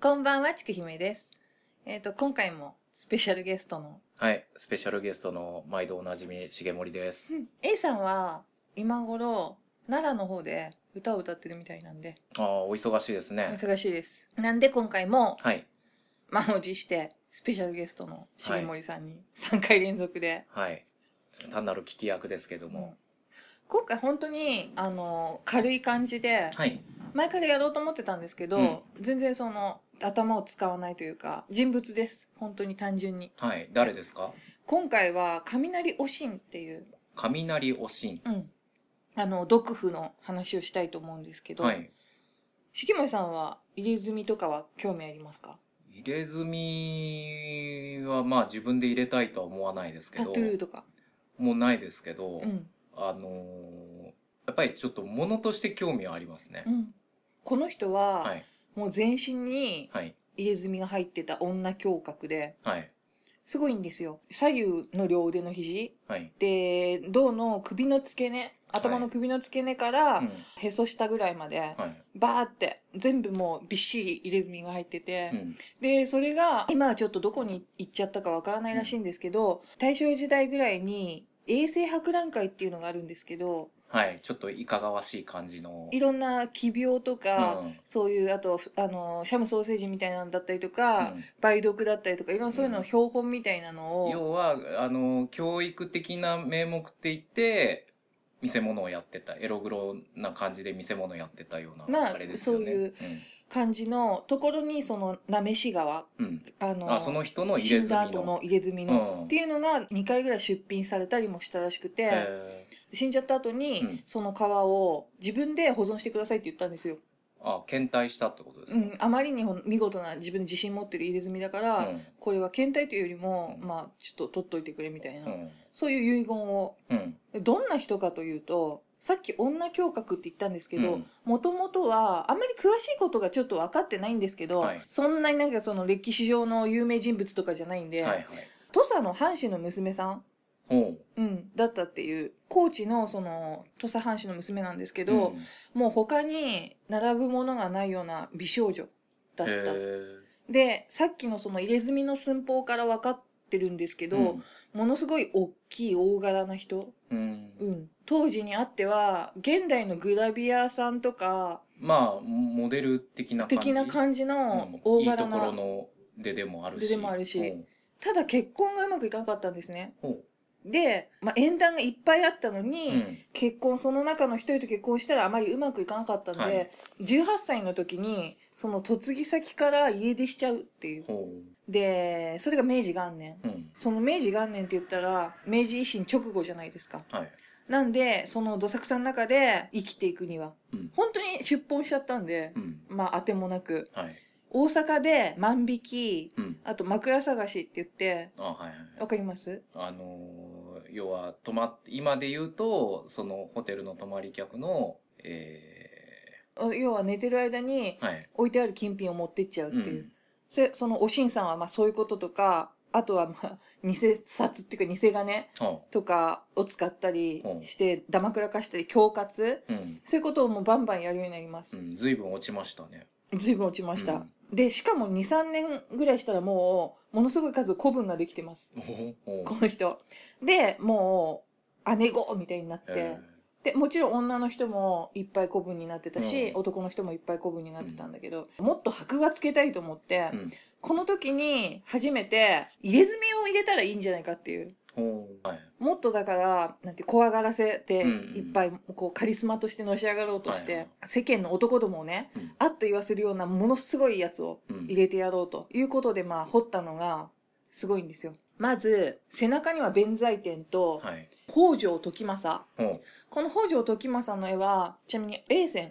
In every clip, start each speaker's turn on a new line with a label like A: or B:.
A: こんばんは、ちくひめです。えっ、と、今回もスペシャルゲストの、
B: はい、スペシャルゲストの毎度おなじみ、重森です。
A: A さんは今頃、奈良の方で歌を歌ってるみたいなんで、
B: ああ、お忙しいです
A: お
B: ね。
A: 忙しいです。なんで今回も
B: はい、
A: 満を持して、スペシャルゲストの重森さんに3回連続で、
B: はい。単なる聞き役ですけども。
A: 今回本当に、あの、軽い感じで、
B: はい、
A: 前からやろうと思ってたんですけど、
B: うん
A: 全然その、頭を使わないというか、人物です。本当に単純に。
B: はい、誰ですか
A: 今回は、雷おしんっていう、
B: 雷おしん。
A: うん、あの毒婦の話をしたいと思うんですけど、
B: はい。
A: 四季森さんは入れ墨とかは興味ありますか
B: 入れ墨は、まあ自分で入れたいとは思わないですけ
A: タト
B: ど、
A: ゥーとか、
B: もうないですけど、
A: うん
B: あのーやっぱりちょっと物として興味はありますね
A: う。ん、この人は、
B: はい、
A: もう全身に
B: はい、
A: 入れ墨が入ってた女胸郭で
B: はい、
A: すごいんですよ左右の両腕の肘
B: はい。
A: で胴の首の付け根頭の首の付け根から、
B: うん
A: へそ下ぐらいまで、
B: はい、
A: バーって全部もうびっしり入れ墨が入ってて、
B: うん、
A: でそれが今はちょっとどこに行っちゃったかわからないらしいんですけど、大正時代ぐらいに衛星博覧会っていうのがあるんですけど
B: はい、ちょっといかがわしい感じの。
A: いろんな奇病とか、
B: うん
A: そういうあとふあのシャムソーセージみたいなのだったりとか、
B: うん
A: 梅毒だったりとかいろんなそういうのの標本みたいなのを、
B: 要はあの教育的な名目って言って見せ物をやってたエログロな感じで見せ物をやってたような、
A: まあ
B: あれですよね。
A: そういう感じのところにそのなめし川
B: うん、うん
A: あの
B: あその人の
A: 死
B: 入れ
A: んだ
B: 墨
A: 後
B: の。
A: の入れ墨の、
B: うん
A: っていうのが2回ぐらい出品されたりもしたらしくて。
B: へー
A: 死んじゃった後に、
B: うん
A: その皮を自分で保存してくださいって言ったんですよ。
B: あ検体したってことです
A: う
B: か。
A: ん、あまりにほん見事な自分で自信持ってる入れ墨だから、
B: うん
A: これは検体というよりも、
B: うん
A: まあちょっと取っといてくれみたいな、
B: うん
A: そういう遺言を
B: うん
A: どんな人かというとさっき女胸郭って言ったんですけ
B: う
A: ど
B: ん
A: もともとはあんまり詳しいことがちょっと分かってないんですけど、
B: はい
A: そんなになんかその歴史上の有名人物とかじゃないんで、
B: はいはい。
A: 土佐の藩士の娘さん、
B: ほ
A: うん、だったっていう高知のその土佐藩士の娘なんですけ
B: う
A: ど、
B: うんへ
A: もう他に並ぶものがないような美少女だった。
B: ー
A: で、さっきのその入れ墨の寸法から分かってるんですけど、ものすごい大きい大柄な人。
B: うんうん
A: うん。当時にあっては、現代のグラビアさんとか、
B: まあモデル的な感じ
A: 的な感じ
B: う
A: の
B: ん
A: 大
B: いいと
A: 柄
B: こ
A: な。
B: ろの出でもあるし。
A: 出でもあるし
B: うん
A: ただ結婚がうまくいかなかったんですね。
B: ほ
A: で、まあ、縁談がいっぱいあったのに、
B: ううん
A: 結婚その中の一人と結婚したらあまりうまくいかなかったんで、
B: はい
A: 18歳の時にその嫁ぎ先から家出しちゃうっていう
B: ほ
A: でそれが明治元年
B: ううん
A: その明治元年って言ったら明治維新直後じゃないですか
B: はい。
A: なんでそのどさくさの中で生きていくには
B: うん
A: 本当に出奔しちゃったんで、
B: うん
A: まあ当てもなく
B: はい。
A: 大阪で万引き
B: うん。
A: あと枕探しって言って
B: あ、はいはい。
A: わかります
B: あのー要は、泊まっ、今で言うと、そのホテルの泊まり客の、え
A: お要は寝てる間に
B: ーはい。
A: 置いてある金品を持ってっちゃうって
B: う
A: いう、
B: ん。
A: でそのおしんさんはまあそういうこととかあとはまあ偽札っていうか偽金
B: は
A: とかを使ったりしてだまくらかしたり恐喝
B: あうん。
A: そういうことをもうバンバンやるようになりま
B: う
A: す。
B: ん。随分落ちましたね。
A: ずいぶん落ちました。
B: うん
A: で、しかも2、3年ぐらいしたらもう、ものすごい数古文ができてます。
B: ほう
A: この人。で、もう、姉子みたいになって、
B: え
A: で、もちろん女の人もいっぱい古文になってたし、
B: うん
A: 男の人もいっぱい古文になってたんだけど、もっと箔がつけたいと思って、
B: ーうん。
A: この時に初めて入れ墨を入れたらいいんじゃないかっていう。
B: ほう。はい。
A: もっとだから、なんて怖がらせて、
B: うんうん
A: いっぱいこうカリスマとしてのし上がろうとして、
B: はいはい
A: 世間の男どもをね、
B: うん
A: あっと言わせるようなものすごいやつを
B: うん
A: 入れてやろうということで、まあ、掘ったのがすごいんですよ。まず、背中には弁財天と、
B: はい。
A: 北条時政。
B: ほう。
A: この北条時政の絵は、ちなみに永泉っ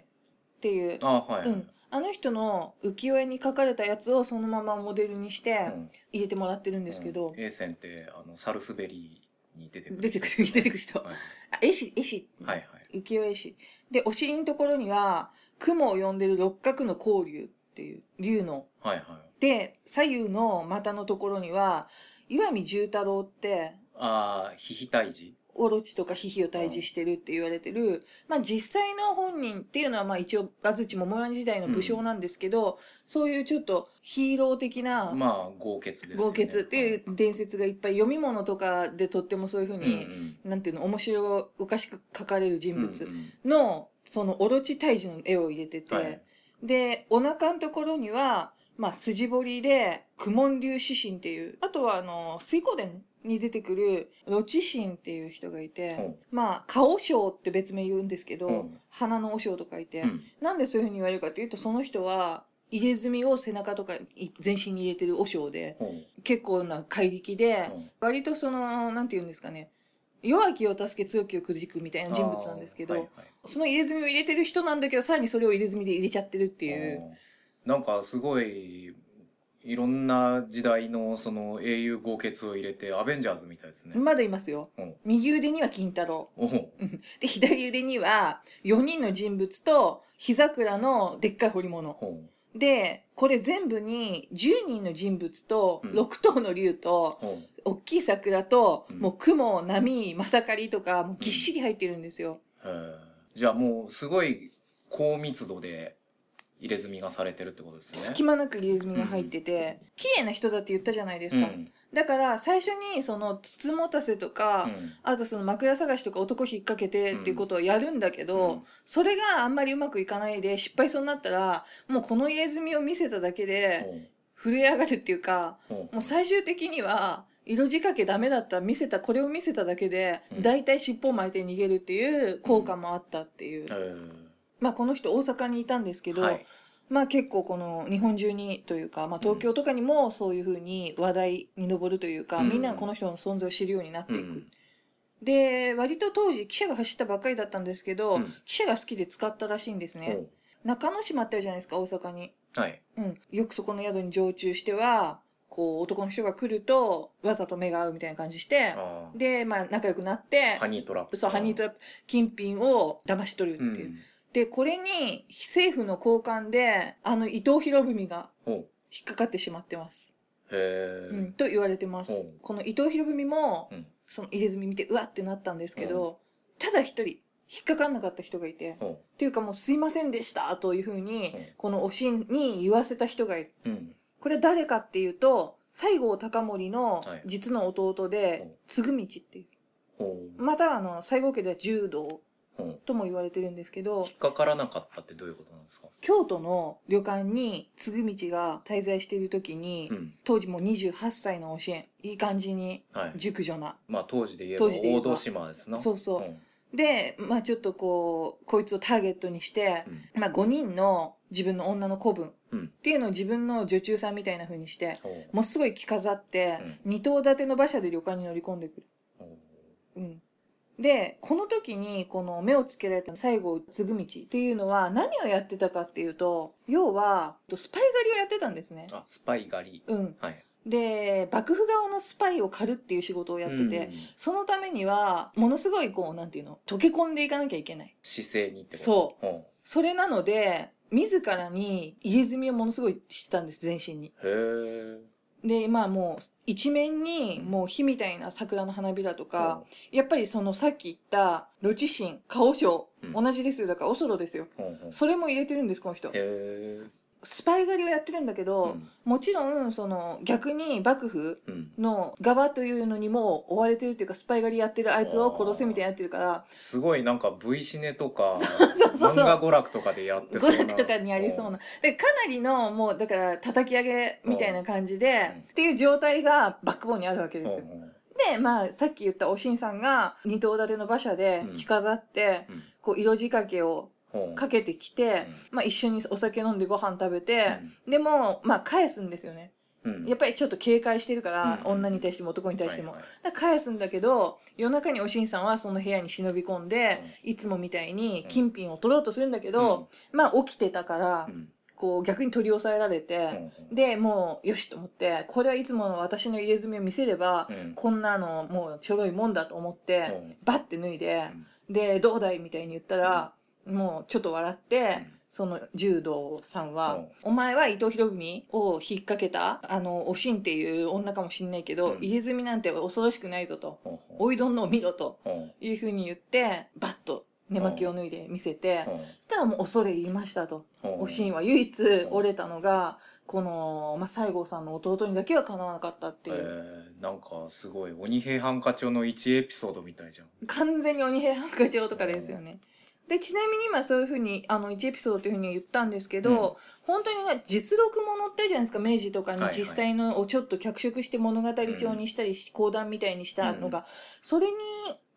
A: ていう、
B: あ、はい。
A: うん。あの人の浮世絵に描かれたやつをそのままモデルにして
B: うん
A: 入れてもらってるんですけど
B: うん、A 線って、あの、サルスベリーに出てくる。
A: 出てくる、出てくる人。
B: はい。
A: あ絵師、絵師。
B: はいはい。
A: 浮世絵師。で、お尻のところには、雲を呼んでる六角の交流っていう、竜の。
B: はいはい。
A: で、左右の股のところには、岩見重太郎って、
B: ああ、ひひたいじ。
A: オロチとかヒヒを退治してるって言われてる、まあ実際の本人っていうのはまあ一応安土桃山時代の武将なんですけど、そういうちょっとヒーロー的な
B: まあ豪傑ですよね
A: 豪傑っていう伝説がいっぱい読み物とかでとってもそういうふう
B: うん
A: に、なんていうの面白おかしく書かれる人
B: うん
A: 物の、そのオロチ退治の絵を入れてて、
B: はい
A: でお腹のところには、まあ、筋彫りで公文流獅神っていうあとはあの水光伝に出てくるロチ神っていう人がいて、まあ顔章って別名言うんですけど、
B: うん
A: 花の和尚と書いて、
B: うん
A: なんでそういうふうに言われるかっていうとその人は入れ墨を背中とかい全身に入れてる和尚で
B: ほう
A: 結構な怪力で、
B: ほう
A: 割とそのなんて言うんですかね弱きを助け強きをくじくみたいな人物なんですけど、
B: あーはいはい
A: その入れ墨を入れてる人なんだけど、さらにそれを入れ墨で入れちゃってるっていう。
B: おーなんかすごいいろんな時代のその英雄豪傑を入れてアベンジャーズみたいですね。
A: まだいますよ。
B: うん
A: 右腕には金太郎。
B: おう
A: で、左腕には4人の人物と、火桜のでっかい彫り物。
B: ほう
A: で、これ全部に10人の人物と、
B: うん
A: 6頭の竜と、
B: ほ
A: 大きい桜と、
B: うん
A: もう雲、波、まさかりとか、もうぎっしり入ってるんですよ。
B: うへーじゃあもうすごい高密度で入れ墨がされてるってことですね。
A: 隙間なく入れ墨が入ってて、綺麗な人だって言ったじゃないですか。
B: うん
A: だから、最初にその、つつもたせとか、
B: うん
A: あとその枕探しとか男引っ掛けてっていうことをやるんだけど、
B: うん
A: それがあんまりうまくいかないで失敗そうになったらもうこの家住みを見せただけで
B: ほ
A: 震え上がるっていうか
B: うほう
A: もう最終的には色仕掛けダメだった見せたこれを見せただけで
B: うん
A: 大体尻尾巻いて逃げるっていう効果もあったっていう、
B: へー
A: まあこの人大阪にいたんですけど、
B: はい
A: まあ結構この日本中にというか、まあ、東京とかにもそういうふうに話題に上るというか、
B: うん
A: みんながこの人の存在を知るようになって
B: う
A: いく。
B: ん
A: で割と当時汽車が走ったばっかりだったんですけど、
B: うん
A: 汽車が好きで使ったらしいんですね
B: ほ
A: 中之島ってあるじゃないですか大阪に、
B: うはい
A: うん、よくそこの宿に常駐してはこう男の人が来るとわざと目が合うみたいな感じして
B: あー
A: でまあ仲良くなって
B: ハニートラップ
A: そうハニートラップ金品を騙し取るっていう、
B: うん
A: でこれに政府の高官であの伊藤博文が
B: ほ
A: 引っかかってしまってます、
B: うへ
A: う
B: ー
A: ん、と言われてます、
B: うん
A: この伊藤博文も
B: うん
A: その入れ墨見てうわってなったんですけど、ただ一人引っかかんなかった人がいて、っ
B: ほ
A: ていうかもう「すいませんでした」というふうに、
B: うん
A: このおしんに言わせた人がいる
B: ううん
A: これ誰かっていうと西郷隆盛の
B: はい
A: 実の弟で、
B: うん
A: 嗣道っていう
B: ほう
A: またあの西郷家では柔道
B: ほう
A: とも言われてるんですけど
B: 引っかからなかったってどういうことなんですか
A: 京都の旅館に嗣道が滞在している時に、
B: うん
A: 当時もう28歳のおしんいい感じに
B: はい
A: 熟女な
B: まあ当時で言えば
A: 当時で言え
B: 大
A: ば
B: 道島ですな。
A: そうそううんで、まあちょっとこう、こいつをターゲットにして、
B: うん
A: まあ5人の自分の女の子分っ
B: うん
A: ていうのを自分の女中さんみたいな風にして、
B: ほう
A: もうすごい着飾って、二頭立ての馬車で旅館に乗り込んでくる。
B: ほう
A: うん。で、この時にこの目をつけられた西郷嗣道っていうのは何をやってたかっていうと、要は、スパイ狩りをやってたんですね。
B: あスパイ狩り。
A: うん。
B: はい。
A: で、幕府側のスパイを狩るっていう仕事をやってて、
B: うん
A: そのためには、ものすごいこう、なんていうの、溶け込んでいかなきゃいけない。
B: 姿勢にってこと。
A: そう。
B: ほ
A: それなので、自らに入れ墨をものすごいしてたんです、全身に。
B: う。へえ。
A: で、まあもう、一面にもう火みたいな桜の花びらとか、やっぱりそのさっき言った、ロチシン、カオショウ、
B: うん
A: 同じですよ。だからオソロですよ。
B: ほう。ほうほう
A: それも入れてるんです、この人
B: へ。え。
A: スパイ狩りをやってるんだけ
B: う
A: ど、
B: ん
A: もちろん、その、逆に幕府
B: うん。
A: の側というのにも追われてるっていうか、スパイ狩りやってるあいつを殺せみたいになってるから、
B: すごいなんか V シネとか
A: そうそう
B: 漫画娯楽とかでやって
A: 娯
B: そうな。
A: 楽とかにありそうな。で、かなりの、もう、だから、叩き上げみたいな感じで
B: うん、
A: っていう状態がバックボーンにあるわけ
B: ほう。
A: ですよ。
B: ほう
A: で、まあ、さっき言ったおしんさんが、二頭立ての馬車で
B: うん
A: 着飾って、
B: うん
A: こう、色仕掛けを
B: ほう
A: かけてきて、まあ、一緒にお酒飲んでご飯食べて、でも、まあ、返すんですよね。
B: うんうん
A: やっぱりちょっと警戒してるから、
B: うん
A: 女に対しても男に対しても。
B: はいはい
A: だから返すんだけど夜中におしんさんはその部屋に忍び込んで、いつもみたいに金品を取ろうとするんだけど、まあ起きてたから、
B: うんうん
A: こう逆に取り押さえられ
B: ほ
A: て、
B: うほう
A: でもうよしと思ってこれはいつもの私の入れ墨を見せれば、
B: うん
A: こんなのもうちょろいもんだと思って、
B: うん
A: バッて脱いで
B: う、ん
A: で「どうだい?」みたいに言ったら、もうちょっと笑って、その柔道さんは、お前は伊藤博文を引っ掛けた、あの、おしんっていう女かもしんないけど、
B: うん
A: 入れ墨なんて恐ろしくないぞと、
B: ほうほ
A: おいどんのを見ろと
B: うほ
A: いうふうに言って、バッと寝巻きを脱いで見せて、
B: う
A: そしたらもう恐れ入りましたと。
B: ほう
A: おしんは唯一折れたのが、この、まあ、西郷さんの弟にだけはかなわなかったって
B: え
A: いう。
B: ー、なんかすごい鬼平犯科帳の一エピソードみたいじゃん
A: 完全に鬼平犯科帳とかですよね。で、ちなみに今そういうふうに、あの、1エピソードというふうに言ったんですけど、
B: うん
A: 本当にね、実録ものってあるじゃないですか、明治とかに
B: はいはい
A: 実際のをちょっと脚色して物語調にしたり、講談みたいにしたのが、それに、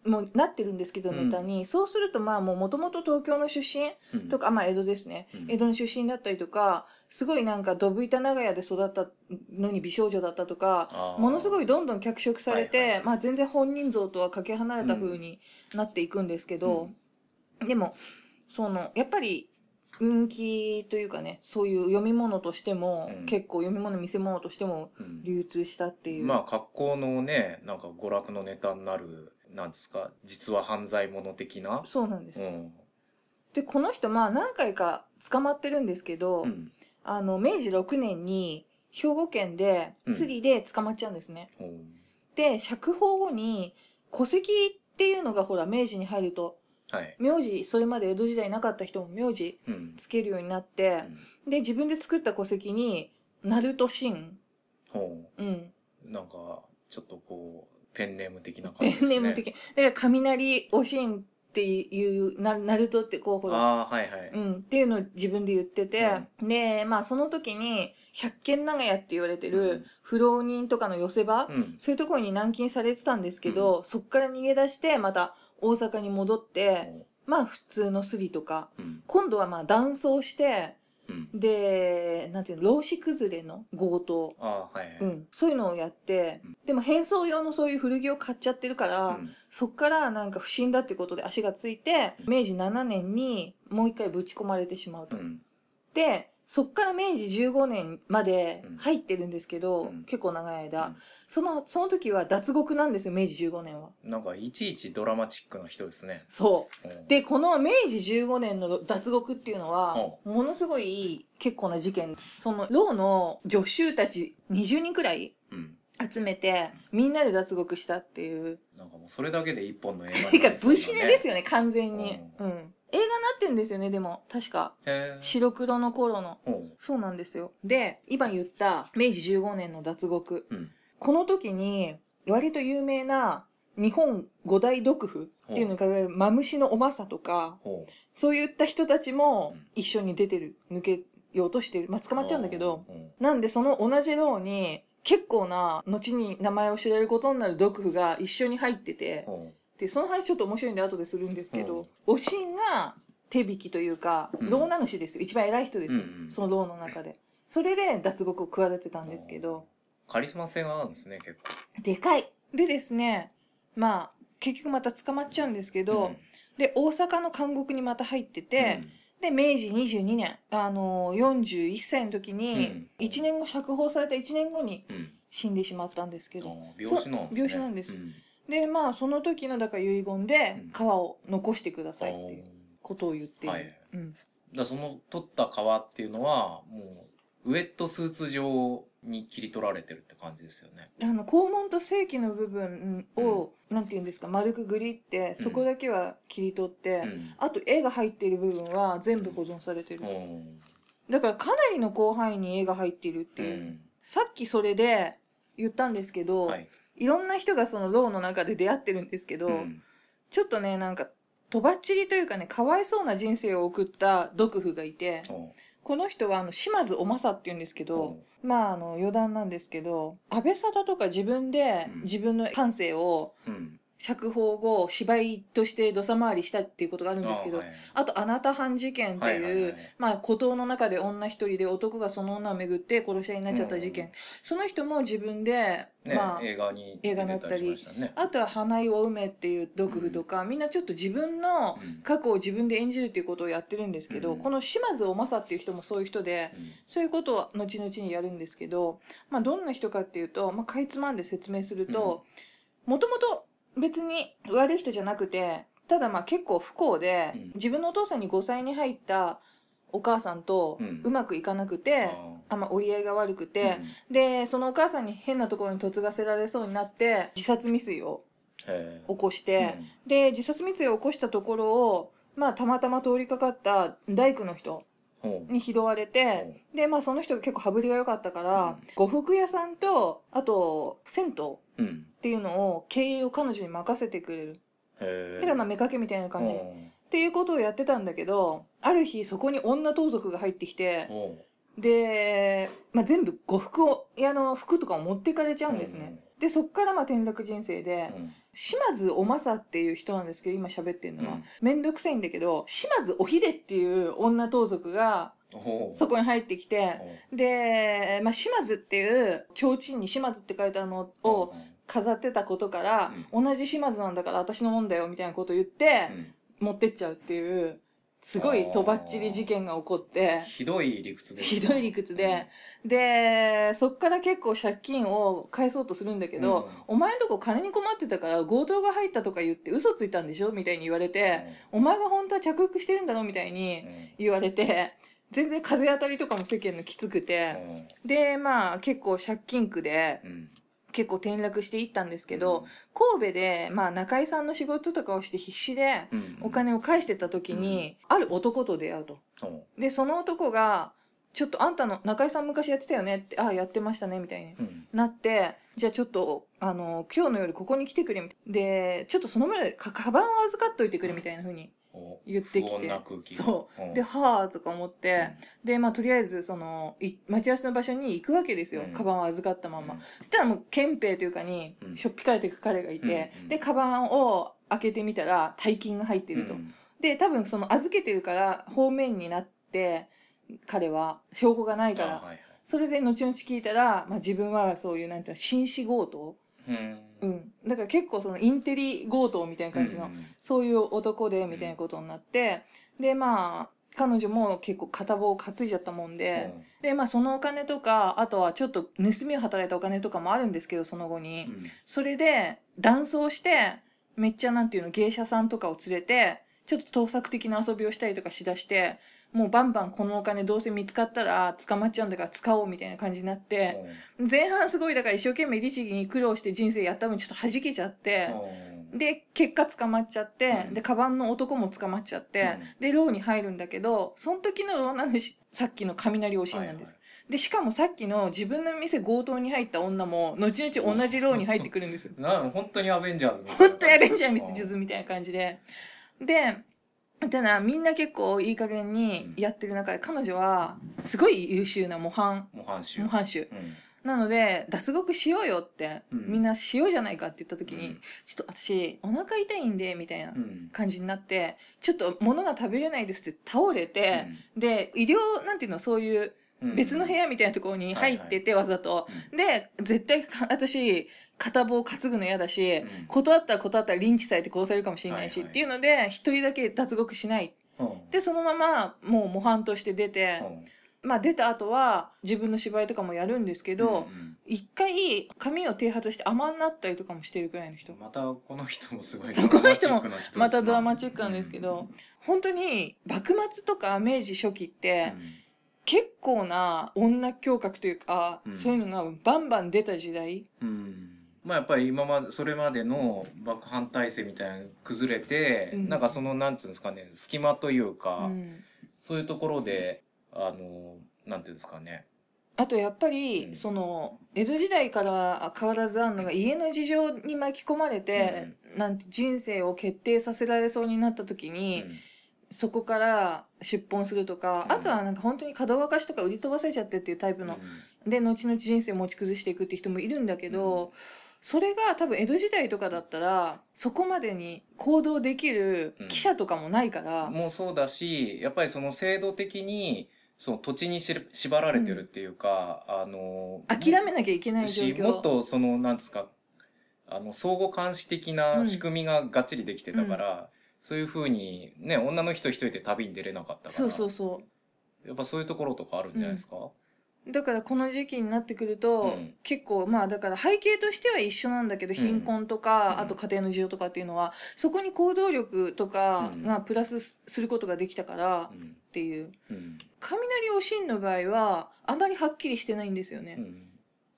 A: もなってるんですけど、
B: うん
A: ネタに。そうすると、まあ、もともと東京の出身
B: うん
A: とか、まあ、江戸ですね。
B: うん
A: 江戸の出身だったりとか、すごいなんか、どぶ板長屋で育ったのに美少女だったとか、
B: あー
A: ものすごいどんどん脚色されて、
B: はいはいはい
A: まあ全然本人像とはかけ離れた風になっていくんですけど、でも、その、やっぱり人気というかね、そういう読み物としても、
B: うん
A: 結構読み物見せ物としても
B: うん
A: 流通したっていう。
B: まあ格好のねなんか娯楽のネタになるなんですか実は犯罪者的な
A: そうなんです。
B: うん
A: で、この人、まあ何回か捕まってるんですけど、
B: うん
A: あの、明治6年に兵庫県で、
B: うん
A: スリで捕まっちゃうんですね。
B: ほう
A: で、釈放後に、戸籍っていうのがほら、明治に入ると、
B: はい
A: 名字それまで江戸時代なかった人も名字
B: うん
A: つけるようになってで自分で作った戸籍に「ナルトシン
B: ほ」
A: うん、
B: うなんかちょっとこうペンネーム的な感
A: ペ
B: じです
A: ン
B: ね
A: ネー ム的だから雷おしんっていうなナルトってこうほら、
B: ああはいはい、
A: うん、っていうのを自分で言ってて、でまあその時に百軒長屋って言われて
B: うん
A: る不浪人とかの寄せ場、
B: うん
A: そういうところに軟禁されてたんですけど、そっから逃げ出してまた大阪に戻って、まあ普通のスリとか
B: うん
A: 今度はまあ断層して
B: うん
A: で、なんていうの、老子崩れの強盗。
B: ああはいはい、
A: うん。そういうのをやって、
B: うん
A: でも変装用のそういう古着を買っちゃってるから、
B: うん
A: そっからなんか不審だってことで足がついて、
B: うん
A: 明治7年にもう一回ぶち込まれてしまうと。
B: うん
A: で、そっから明治15年まで
B: うん
A: 入ってるんですけど、
B: うん
A: 結構長い間、
B: うん
A: その、その時は脱獄なんですよ、明治15年は。
B: なんかいちいちドラマチックな人ですね。
A: そう。
B: うん
A: で、この明治15年の脱獄っていうのは、
B: は
A: ものすごい結構な事件。その、牢の助手たち20人くらい
B: うん、
A: 集めて、みんなで脱獄したっていう。
B: なんかもうそれだけで一本の映画
A: て
B: に
A: か
B: なり、そう
A: 武
B: だ
A: 士ねですよね、完全に。う。
B: うん
A: 映画になってんですよね、でも、確か。
B: へー
A: 白黒の頃の。
B: ほ
A: そうなんですよ。で、今言った、明治15年の脱獄。
B: ううん
A: この時に、割と有名な、日本五大毒婦っていうのが、マムシのおばさとか、
B: ほう
A: そういった人たちも
B: うん
A: 一緒に出てる、抜けようとしてる。まあ、捕まっちゃうんだけど、
B: ほう
A: なんでその同じ牢に、結構な、後に名前を知られることになる毒婦が一緒に入ってて、
B: ほ
A: で、その話ちょっと面白いんで後でするんですけど、おしんが手引きというか、
B: うん
A: 牢名主ですよ。一番偉い人ですよ。
B: うんうん
A: その牢の中で。それで脱獄を企てたん
B: う
A: ですけど、
B: カリスマ性があるんですね結構
A: でかい。でですね、まあ、結局また捕まっちゃうんですけど、
B: うん
A: で、大阪の監獄にまた入ってて、で、明治22年、あのー、41歳の時に、
B: うん
A: 1年後、釈放された1年後に
B: うんうん
A: 死んでしまったんですけど、
B: あー病死なんですね
A: そう病死なんです
B: うん
A: で、まあ、その時の、だから遺言で
B: うん、
A: 皮を残してくだ
B: あ
A: さいってい
B: ー
A: うことを言っている。
B: はい
A: うん、
B: だからその取った皮っていうのはもうウエットスーツ状に切り取られてるって感じですよね
A: あの、肛門と性器の部分を、なんて言うんですか、丸くグリって、そこだけは切り取って、
B: うん
A: あと絵が入っている部分は全部保存されてる。
B: ほ
A: だからかなりの広範囲に絵が入っているっ
B: う
A: て
B: う
A: いう。
B: ん
A: さっきそれで言ったんですけど、
B: はい
A: いろんな人がそのローの中で出会ってるんですけど、
B: うん
A: ちょっとね、なんか、とばっちりというかね、かわいそうな人生を送った毒婦がいて、
B: ほ
A: この人はあの、島津おまさって言うんですけ
B: う
A: ど、
B: ほ
A: まああの、余談なんですけど、安倍沙汰とか自分で
B: うん
A: 自分の感性を
B: ううん
A: 釈放後、芝居として土佐回りしたっていうことがあるんですけど、
B: あ
A: あ,、
B: ーはい
A: と、あなた犯事件っていう、
B: はいはいはい
A: まあ、孤島の中で女一人で男がその女を巡って殺し合いになっちゃった事件。
B: うん
A: その人も自分で、
B: ね、
A: まあ、
B: 映画に
A: 映画になったり
B: 出しましたね
A: あとは花井お梅っていう毒婦とか、みんなちょっと自分の
B: うん
A: 過去を自分で演じるっていうことをやってるんですけど、
B: うん
A: この島津おまさっていう人もそういう人で、そういうことを後々にやるんですけど、まあどんな人かっていうと、まあかいつまんで説明すると、もともと別に悪い人じゃなくて、ただまあ結構不幸で、
B: うん
A: 自分のお父さんに5歳に入ったお母さんと
B: うん
A: うまくいかなくて、あんま折り合いが悪くて、でそのお母さんに変なところに嫁がせられそうになって自殺未遂を起こして、で自殺未遂を起こしたところを、まあ、たまたま通りかかった大工の人に拾われて、で、まあ、その人が結構羽振りが良かったから、呉服屋さんとあと銭湯っていうのを経営を彼女に任せてくれる。だからまあ、目かけみたいな感じ。っていうことをやってたんだけど、ある日そこに女盗賊が入ってきて、で、まあ、全部呉服を、屋の服とかを持ってかれちゃうんですね。で、そっからまあ転落人生で、島津おまさっていう人なんですけど、今喋ってるのは、
B: うん
A: めんどくさいんだけど、島津おひでっていう女盗賊がそこに入ってきて、で、まあ、島津っていう、提灯に島津って書いたのを飾ってたことから、同じ島津なんだから私のもんだよみたいなこと言って、持ってっちゃうっていう、すごいとばっちり事件が起こって、
B: ひどい理屈です
A: ひどい理屈で、で、そっから結構借金を返そうとするんだけど、お前んとこ金に困ってたから強盗が入ったとか言って嘘ついたんでしょみたいに言われて、お前が本当は着服してるんだろみたいに言われて、全然風当たりとかも世間のきつくて、で、まあ結構借金苦で、結構転落していったんですけど、神戸で、まあ中井さんの仕事とかをして必死で、お金を返してた時に、ある男と出会うと。で、その男が、ちょっとあんたの中井さん昔やってたよねって、ああ、やってましたね、みたいになって、じゃあちょっと、あの、今日の夜ここに来てくれ、みたいなで、ちょっとその前でか、カバンを預かっといてくれ、みたいな風に言ってきて。そう。で、はぁとか思って、で、まあ、とりあえず、その、い待ち合わせの場所に行くわけですよ。
B: うん
A: カバンを預かったまま。そしたらもう、憲兵というかに
B: う、ん
A: しょっぴかれていく彼がいて、
B: うんうん
A: で、カバンを開けてみたら、大金が入ってると。で、多分その預けてるから方面になって、彼は証拠がないから、それで後々聞いたら、まあ自分はそういうなんていうの、紳士強盗うん。だから結構そのインテリ強盗みたいな感じの、そういう男でみたいなことになって、で、まあ、彼女も結構片棒を担いじゃったもんで、で、まあそのお金とか、あとはちょっと盗みを働いたお金とかもあるんですけど、その後に。それで、断層して、めっちゃなんていうの、芸者さんとかを連れて、ちょっと盗作的な遊びをしたりとかしだして、もうバンバンこのお金どうせ見つかったら捕まっちゃうんだから使おうみたいな感じになって、前半すごいだから一生懸命律儀に苦労して人生やった分ちょっと弾けちゃって、で、結果捕まっちゃって、
B: うん
A: で、カバンの男も捕まっちゃって、で、牢に入るんだけど、その時の牢なのし、さっきの雷おしんなんです。で、しかもさっきの自分の店強盗に入った女も、後々同じ牢に入ってくるんですよ。
B: な本当にアベンジャーズ
A: ほんとやべんじゃん、ミ
B: み
A: ス
B: たいな
A: ジュズみたいな感じで。で、ただみんな結構いい加減にやってる中で、彼女はすごい優秀な模範、
B: 模範集
A: 模範囚。
B: うん
A: なので、脱獄しようよって、
B: うん
A: みんなしようじゃないかって言った時に、ちょっと私、お腹痛いんで、みたいな
B: うん
A: 感じになって、ちょっと物が食べれないですって倒れて、で、医療、なんていうの、そういう
B: うん
A: 別の部屋みたいなところに入ってて、わざと。で、絶対か、私、片棒担ぐの嫌だし、
B: うん
A: 断ったら断ったらリンチされて殺されるかもしれないし、
B: はいはい
A: っていうので、一人だけ脱獄しない。
B: うん
A: で、そのまま、もう模範として出て、まあ出た後は、自分の芝居とかもやるんですけ
B: うん
A: ど
B: う、ん
A: 一回、髪を剃髪して甘になったりとかもしてるくらいの人。
B: またこの人もすごい
A: そうこの人も
B: ドラマチックな人ですな
A: またドラマチックなんですけど、本当に、幕末とか明治初期っ
B: うんう
A: て、
B: ん
A: 結構な女教覚というか、
B: うん
A: そういうのがバンバン出た時代。
B: うんまあやっぱり今までそれまでの幕藩体制みたいなのが崩れて、
A: うん
B: なんかそのなんつうんですかね隙間という
A: う
B: か、
A: ん
B: そういうところであのなんていうんですかね
A: あとやっぱり、
B: うん
A: その江戸時代から変わらずあるのが家の事情に巻き込まれて、なんて人生を決定させられそうになった時
B: う
A: に、
B: ん
A: そこから出奔するとか、
B: うん
A: あとはなんか本当に角沸かしとか売り飛ばされちゃってっていうタイプの、で後々人生を持ち崩していくって人もいるんだけど、
B: うん
A: それが多分江戸時代とかだったらそこまでに行動できる記者とかもないから、
B: もうそうだしやっぱりその制度的にその土地にし縛られてるっていうか、あの
A: 諦めなきゃいけない状
B: し
A: 況
B: もっとそのなんですかあの相互監視的な仕組みががっちりできてたから、そういうふうにね女の人一人で旅に出れなかったから
A: そうそうそ
B: やっぱそういうところとかあるんじゃないですか、
A: うだからこの時期になってくると、
B: うん
A: 結構まあだから背景としては一緒なんだけど
B: ん
A: 貧困とか、
B: うん
A: あと家庭の事情とかっていうのはそこに行動力とかがプラスすることができたからっ
B: うん
A: ていう
B: うん
A: 雷おしんの場合はあまりはっきりしてないんですよね。
B: うん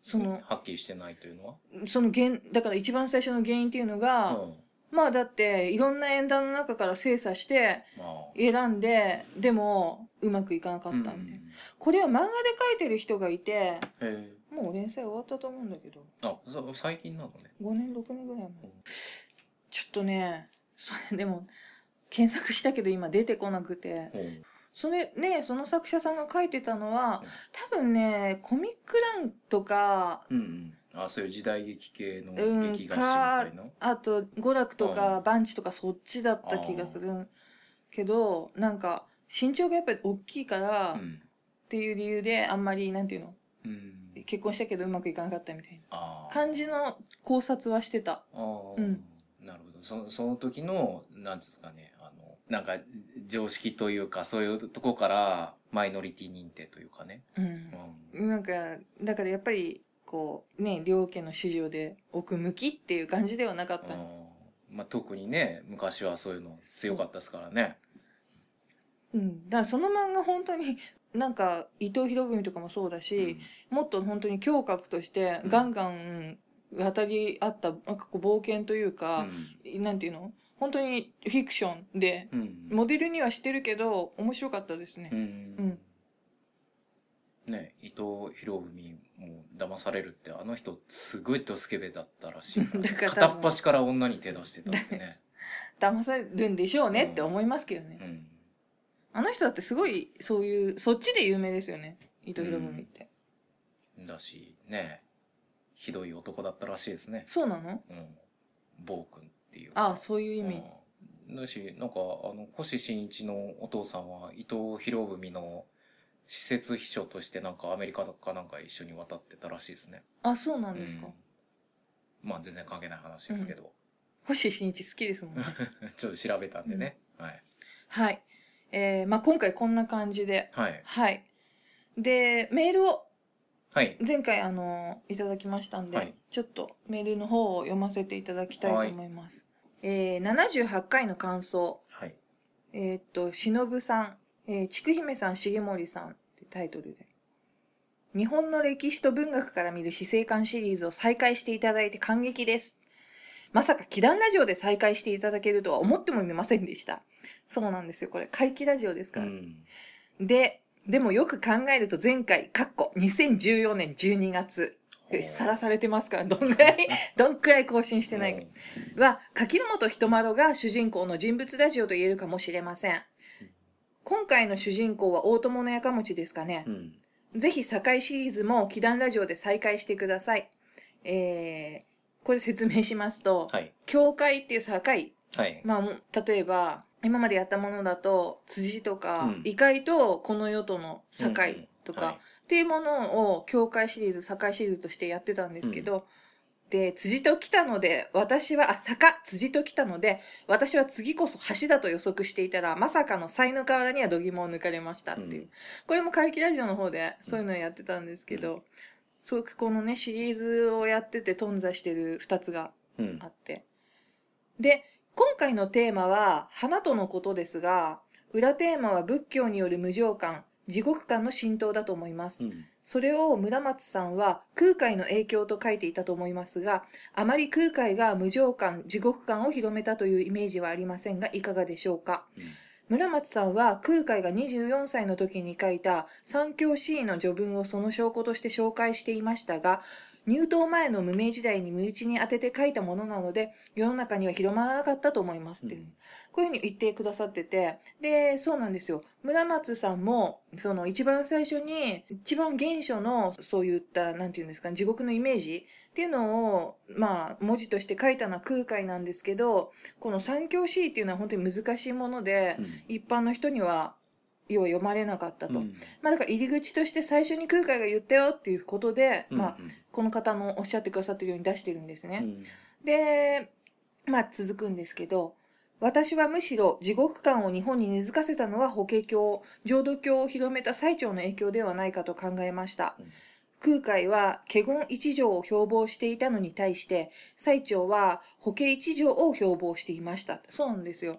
A: その
B: はっきりしてないというのは
A: その原だから一番最初の原因っていうのが、
B: うん
A: まあだっていろんな縁談の中から精査して
B: まあ
A: 選んででもうまくいかなかったみたいな、これは漫画で描いてる人がいて
B: うんへえ
A: もう連載終わったと思うんだけど
B: あそ最近なのね
A: 5年6年ぐらい前
B: うん
A: ちょっとねそれでも検索したけど今出てこなくて
B: うん
A: それねその作者さんが書いてたのは
B: うん
A: 多分ねコミック欄とか
B: うんうんあそういう時代劇系の
A: うん
B: 劇画誌みたいな
A: あと娯楽と
B: う
A: か
B: ん
A: バンチとかそっちだった気がするけどなんか身長がやっぱり大きいから
B: う
A: っ
B: ん
A: ていう理由であんまりなんていうの
B: うん
A: 結婚したけどうまくいかなかったみたい
B: あ
A: な
B: ー
A: 感じの考察はしてた。
B: あー
A: うん
B: なるほどそのその時のなんですかねあのなんか常識というかそういうとこからマイノリティ認定というかね、
A: うん
B: うん
A: なんかだからやっぱりこうね両家の市場で奥向きっていう感じではなかった
B: あーまあ、特にね昔はそういうの強かったですからね。
A: うんだからその漫画本当になんか伊藤博文とかもそうだし、もっと本当に胸郭として
B: うん
A: ガンガン渡り合ったなんかこう冒険という
B: う
A: か、
B: ん
A: なんていうの本当にフィクションで
B: うん
A: モデルにはしてるけど面白かったですね
B: う。ん
A: うん
B: ね伊藤博文も騙されるってあの人すごいドスケベだったらしいから
A: だから
B: 片っ端から女に手出してたってね。
A: 騙されるんでしょうねって思いますけどね。
B: うん
A: あの人だってすごいそういうそっちで有名ですよね伊藤博文って。
B: だしねひどい男だったらしいですね。
A: そうなの
B: うん、暴君っていう。
A: ああそういう意味。
B: うんだしなんかあの星新一のお父さんは伊藤博文の施設秘書としてなんかアメリカかなんか一緒に渡ってたらしいですね。
A: あそうなんですか。
B: うんまあ全然関係ない話ですけど、
A: 星新一好きですもんね。
B: ちょっと調べたんでね、はい
A: はい。えー、まあ今回こんな感じで。
B: はい
A: はい。でメールを
B: はい
A: 前回あのいただきましたんで、
B: はい
A: ちょっとメールの方を読ませていただきたいと思います。えー、78回の感想、
B: はい
A: えーっと、しのぶさん、えー、ちくひめさん、しげもりさんってタイトルで。日本の歴史と文学から見る死生観シリーズを再開していただいて感激です。まさか、祈願ラジオで再開していただけるとは思ってもみませんでした。そうなんですよ。これ、怪奇ラジオです
B: う
A: から。
B: ん
A: で、でもよく考えると前回、かっこ2014年12月、
B: おー
A: さらされてますから、 どんぐら い、どんくらい更新してないか。は、柿本ひとまろが主人公の人物ラジオと言えるかもしれません。今回の主人公は大友のやかもちですかね
B: う。ん
A: ぜひ、堺シリーズも、祈願ラジオで再開してください。えー、これ説明しますと、
B: はい
A: 教会っていう堺
B: はい
A: まあもう、例えば、今までやったものだと、辻とか、
B: うん
A: 異界とこの世との境とか、
B: うんうんはい
A: っていうものを、教会シリーズ、境シリーズとしてやってたんですけど、で、辻と来たので、私は、あ、坂、辻と来たので、私は次こそ橋だと予測していたら、まさかの才の河原には度肝を抜かれましたっていう。
B: うん
A: これも怪奇ラジオの方で、そういうのをやってたんですけど、すごくこのね、シリーズをやってて、頓挫してる二つが
B: うん
A: あって。で、今回のテーマは花とのことですが、裏テーマは仏教による無常観、地獄観の浸透だと思います。
B: うん
A: それを村松さんは空海の影響と書いていたと思いますが、あまり空海が無常観、地獄観を広めたというイメージはありませんが、いかがでしょうか。
B: うん
A: 村松さんは空海が24歳の時に書いた三教詩位の序文をその証拠として紹介していましたが、入党前の無名時代に身内に当てて書いたものなので、世の中には広まらなかったと思いますっていう。こういうふうに言ってくださってて、で、そうなんですよ。村松さんも、その一番最初に、一番原初の、そういった、なんていうんですか、地獄のイメージっていうのを、まあ、文字として書いたのは空海なんですけど、この三教詩位っていうのは本当に難しいもので、
B: うん
A: 一般の人には要は読まれなかったと、
B: うん
A: まあだから入り口として最初に空海が言ったよっていうことで、
B: うん
A: まあ、この方もおっしゃってくださってるように出してるんです
B: う
A: ね、
B: ん
A: でまあ続くんですけど私はむしろ地獄観を日本に根付かせたのは法華経、浄土教を広めた最長の影響ではないかと考えました。
B: うん
A: 空海は華厳一条を標榜していたのに対して、最長は法華一条を標榜していました。そうなんですよ。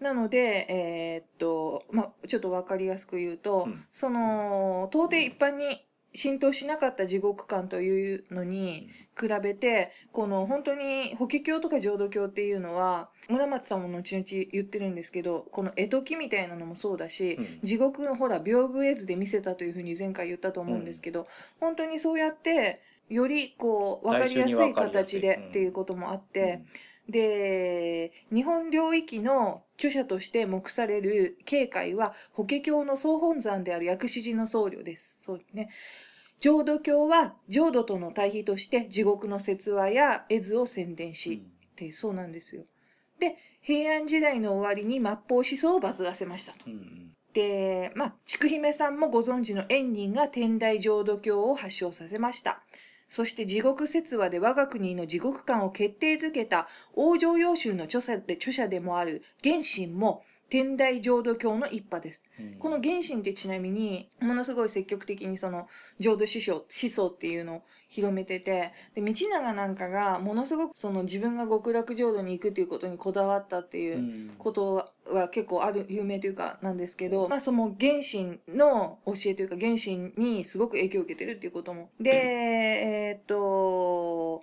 A: なので、えーっと、まあ、ちょっとわかりやすく言うと、
B: うん
A: その、到底一般に浸透しなかった地獄観というのに、比べて、この本当に法華経とか浄土教っていうのは、村松さんも後々言ってるんですけど、この絵解きみたいなのもそうだし、
B: うん
A: 地獄のほら、屏風絵図で見せたというふうに前回言ったと思うんですけど、本当にそうやって、よりこう、わかりやすい形
B: 大衆にわかりやすいうん
A: でっていうこともあって、で、日本領域の著者として目される慶海は、法華経の総本山である薬師寺の僧侶です。そうね。浄土教は浄土との対比として地獄の説話や絵図を宣伝
B: うん
A: し、ってそうなんですよ。で、平安時代の終わりに末法思想をバズらせましたと。
B: うんうん
A: で、まあ、筑姫さんもご存知の円仁が天台浄土教を発祥させました。そして地獄説話で我が国の地獄観を決定づけた王城洋州の著者で著者でもある原神も天台浄土教の一派です。
B: うん
A: この原神ってちなみに、ものすごい積極的にその、浄土思想、思想っていうのを広めてて、で、道長なんかが、ものすごくその自分が極楽浄土に行くっていうことにこだわったっていううんことは結構ある、有名というかなんですけど、まあその原神の教えというか原神にすごく影響を受けてるっていうことも。で、えーっと、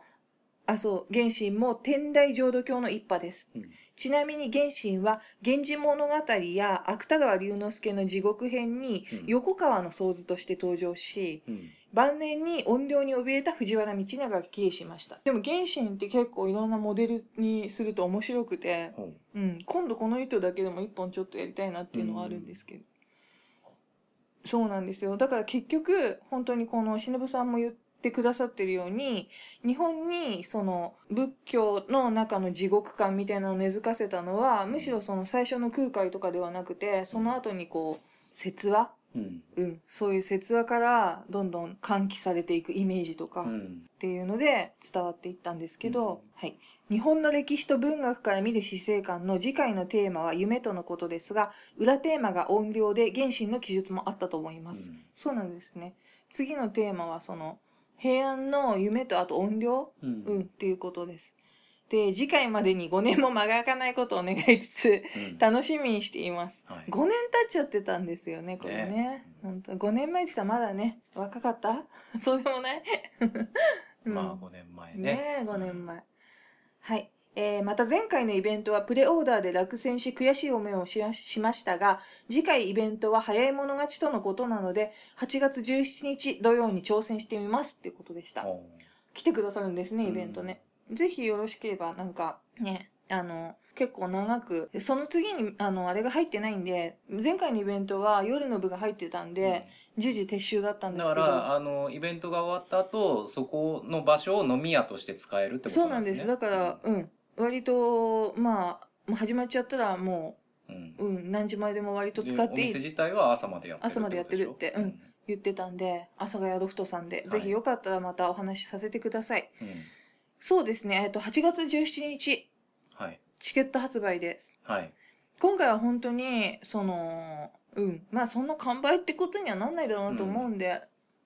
A: あ、そう、原神も天台浄土教の一派です。
B: うん
A: ちなみに原神は、源氏物語や芥川龍之介の地獄編に
B: うん、
A: 横川の僧図として登場し、
B: うん
A: 晩年に怨霊に怯えた藤原道長が帰依しました。でも原神って結構いろんなモデルにすると面白くて、
B: ほう
A: うん、今度この糸だけでも一本ちょっとやりたいなっていうのはあるんですけど。そうなんですよ。だから結局、本当にこの忍さんも言ってくださってるように、日本にその仏教の中の地獄観みたいなのを根付かせたのは、むしろその最初の空海とかではなくて、その後にこう、説話
B: うん
A: うん。そういう説話からどんどん喚起されていくイメージとか、
B: うん
A: っていうので伝わっていったんですけど、
B: うん
A: はい。日本の歴史と文学から見る死生観の次回のテーマは夢とのことですが、裏テーマが音量で原神の記述もあったと思います。
B: うん
A: そうなんですね。次のテーマはその、平安の夢とあと音量
B: うん
A: うん、っていうことです。で、次回までに5年も間が空かないことを願いつつ、
B: うん
A: 楽しみにしています。
B: はい
A: 5年経っちゃってたんですよね、これね。
B: ね
A: 本当5年前って言ったらまだね、若かった そうでもないうん
B: まあ5年前ね
A: ねえ、5年前。はい。えー、また前回のイベントはプレオーダーで落選し悔しい思いをしらしましたが、次回イベントは早い者勝ちとのことなので、8月17日土曜に挑戦してみますっていうことでした。
B: ほ
A: 来てくださるんです
B: う
A: ね、イベントね。ぜひよろしければ、なんか、ね、あの、結構長く、その次に、あの、あれが入ってないんで、前回のイベントは夜の部が入ってたん
B: うん
A: で、10時撤収だったんで
B: だ
A: す
B: か
A: けど。
B: らあのイベントが終わった後そこの場所を飲み屋として使えるってこ
A: そ
B: と
A: うな
B: なん
A: ん
B: で
A: ですす。
B: ね。
A: だから、うん。割と、まあ、もう始まっちゃったらも
B: うん、うん
A: う、うん、何時前でも割と使っ
B: でお
A: ていい
B: 店自体は朝までやってる
A: 朝までやってるって
B: ことでし
A: 言ってたんで、阿佐ヶ谷ロフトさんで、
B: い
A: ぜひよかったらまたお話しさせてください。
B: ょ。うんうん
A: そうですね、えっと、8月17日、
B: はい
A: チケット発売です。
B: はい。
A: 今回は本当に、その、うん、まあそんな完売ってことにはなんないだろうなと思うんで、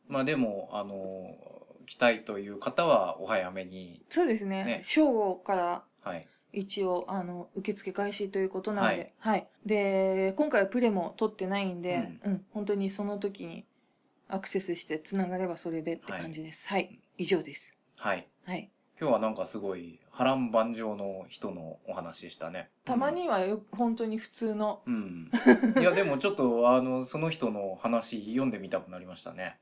B: まあでもあの来たいという方はお早めに
A: そうですね、
B: ね
A: 正午から
B: はい。
A: 一応、あの、受付開始ということなん
B: はい
A: で、はい。で、今回はプレも取ってないんで、うん、本当にその時にアクセスして繋がればそれでって感じです。はい。以上です。
B: はい。
A: はい。
B: 今日はなんかすごい波乱万丈の人のお話でしたね。
A: たまにはよ、本当に普通の、
B: うん。うん。いやでもちょっとあの その人の話読んでみたくなりましたね。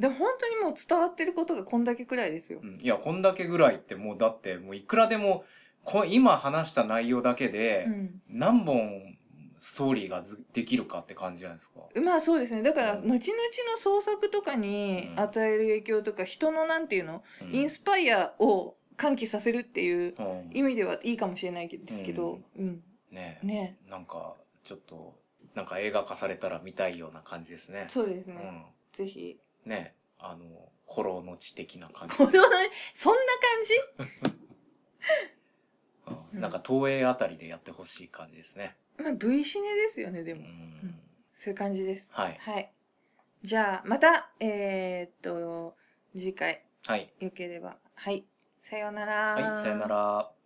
A: でも本当にもう伝わってることがこんだけくらいですよ
B: う。んいやこんだけぐらいってもうだってもういくらでもこ今話した内容だけで
A: うん。
B: 何本ストーリーがずできるかって感じじゃないですか。
A: まあそうですね。だから、後
B: うん
A: 々の創作とかに
B: うん
A: 与える影響とか、人のなんていうの、
B: うん
A: インスパイアを喚起させるっていう
B: うん
A: 意味ではいいかもしれないですけど、うん。
B: ねえ
A: ね
B: なんかちょっとなんか映画化されたら見たいような感じですね。
A: そうです
B: う
A: ね。
B: ん、
A: ぜひ。
B: ねえあの「古老の地」的な感じ
A: こ、の、そんな感じ
B: うんなんか東映あたりでやってほしい感じですね。
A: まあ、V シネですよね、で
B: う
A: も。
B: ん。
A: そういう感じです。
B: はい。
A: はい。じゃあ、また、えーっと、次回、
B: はい。
A: よければ。はい。さようなら。
B: はい、さよな。ら。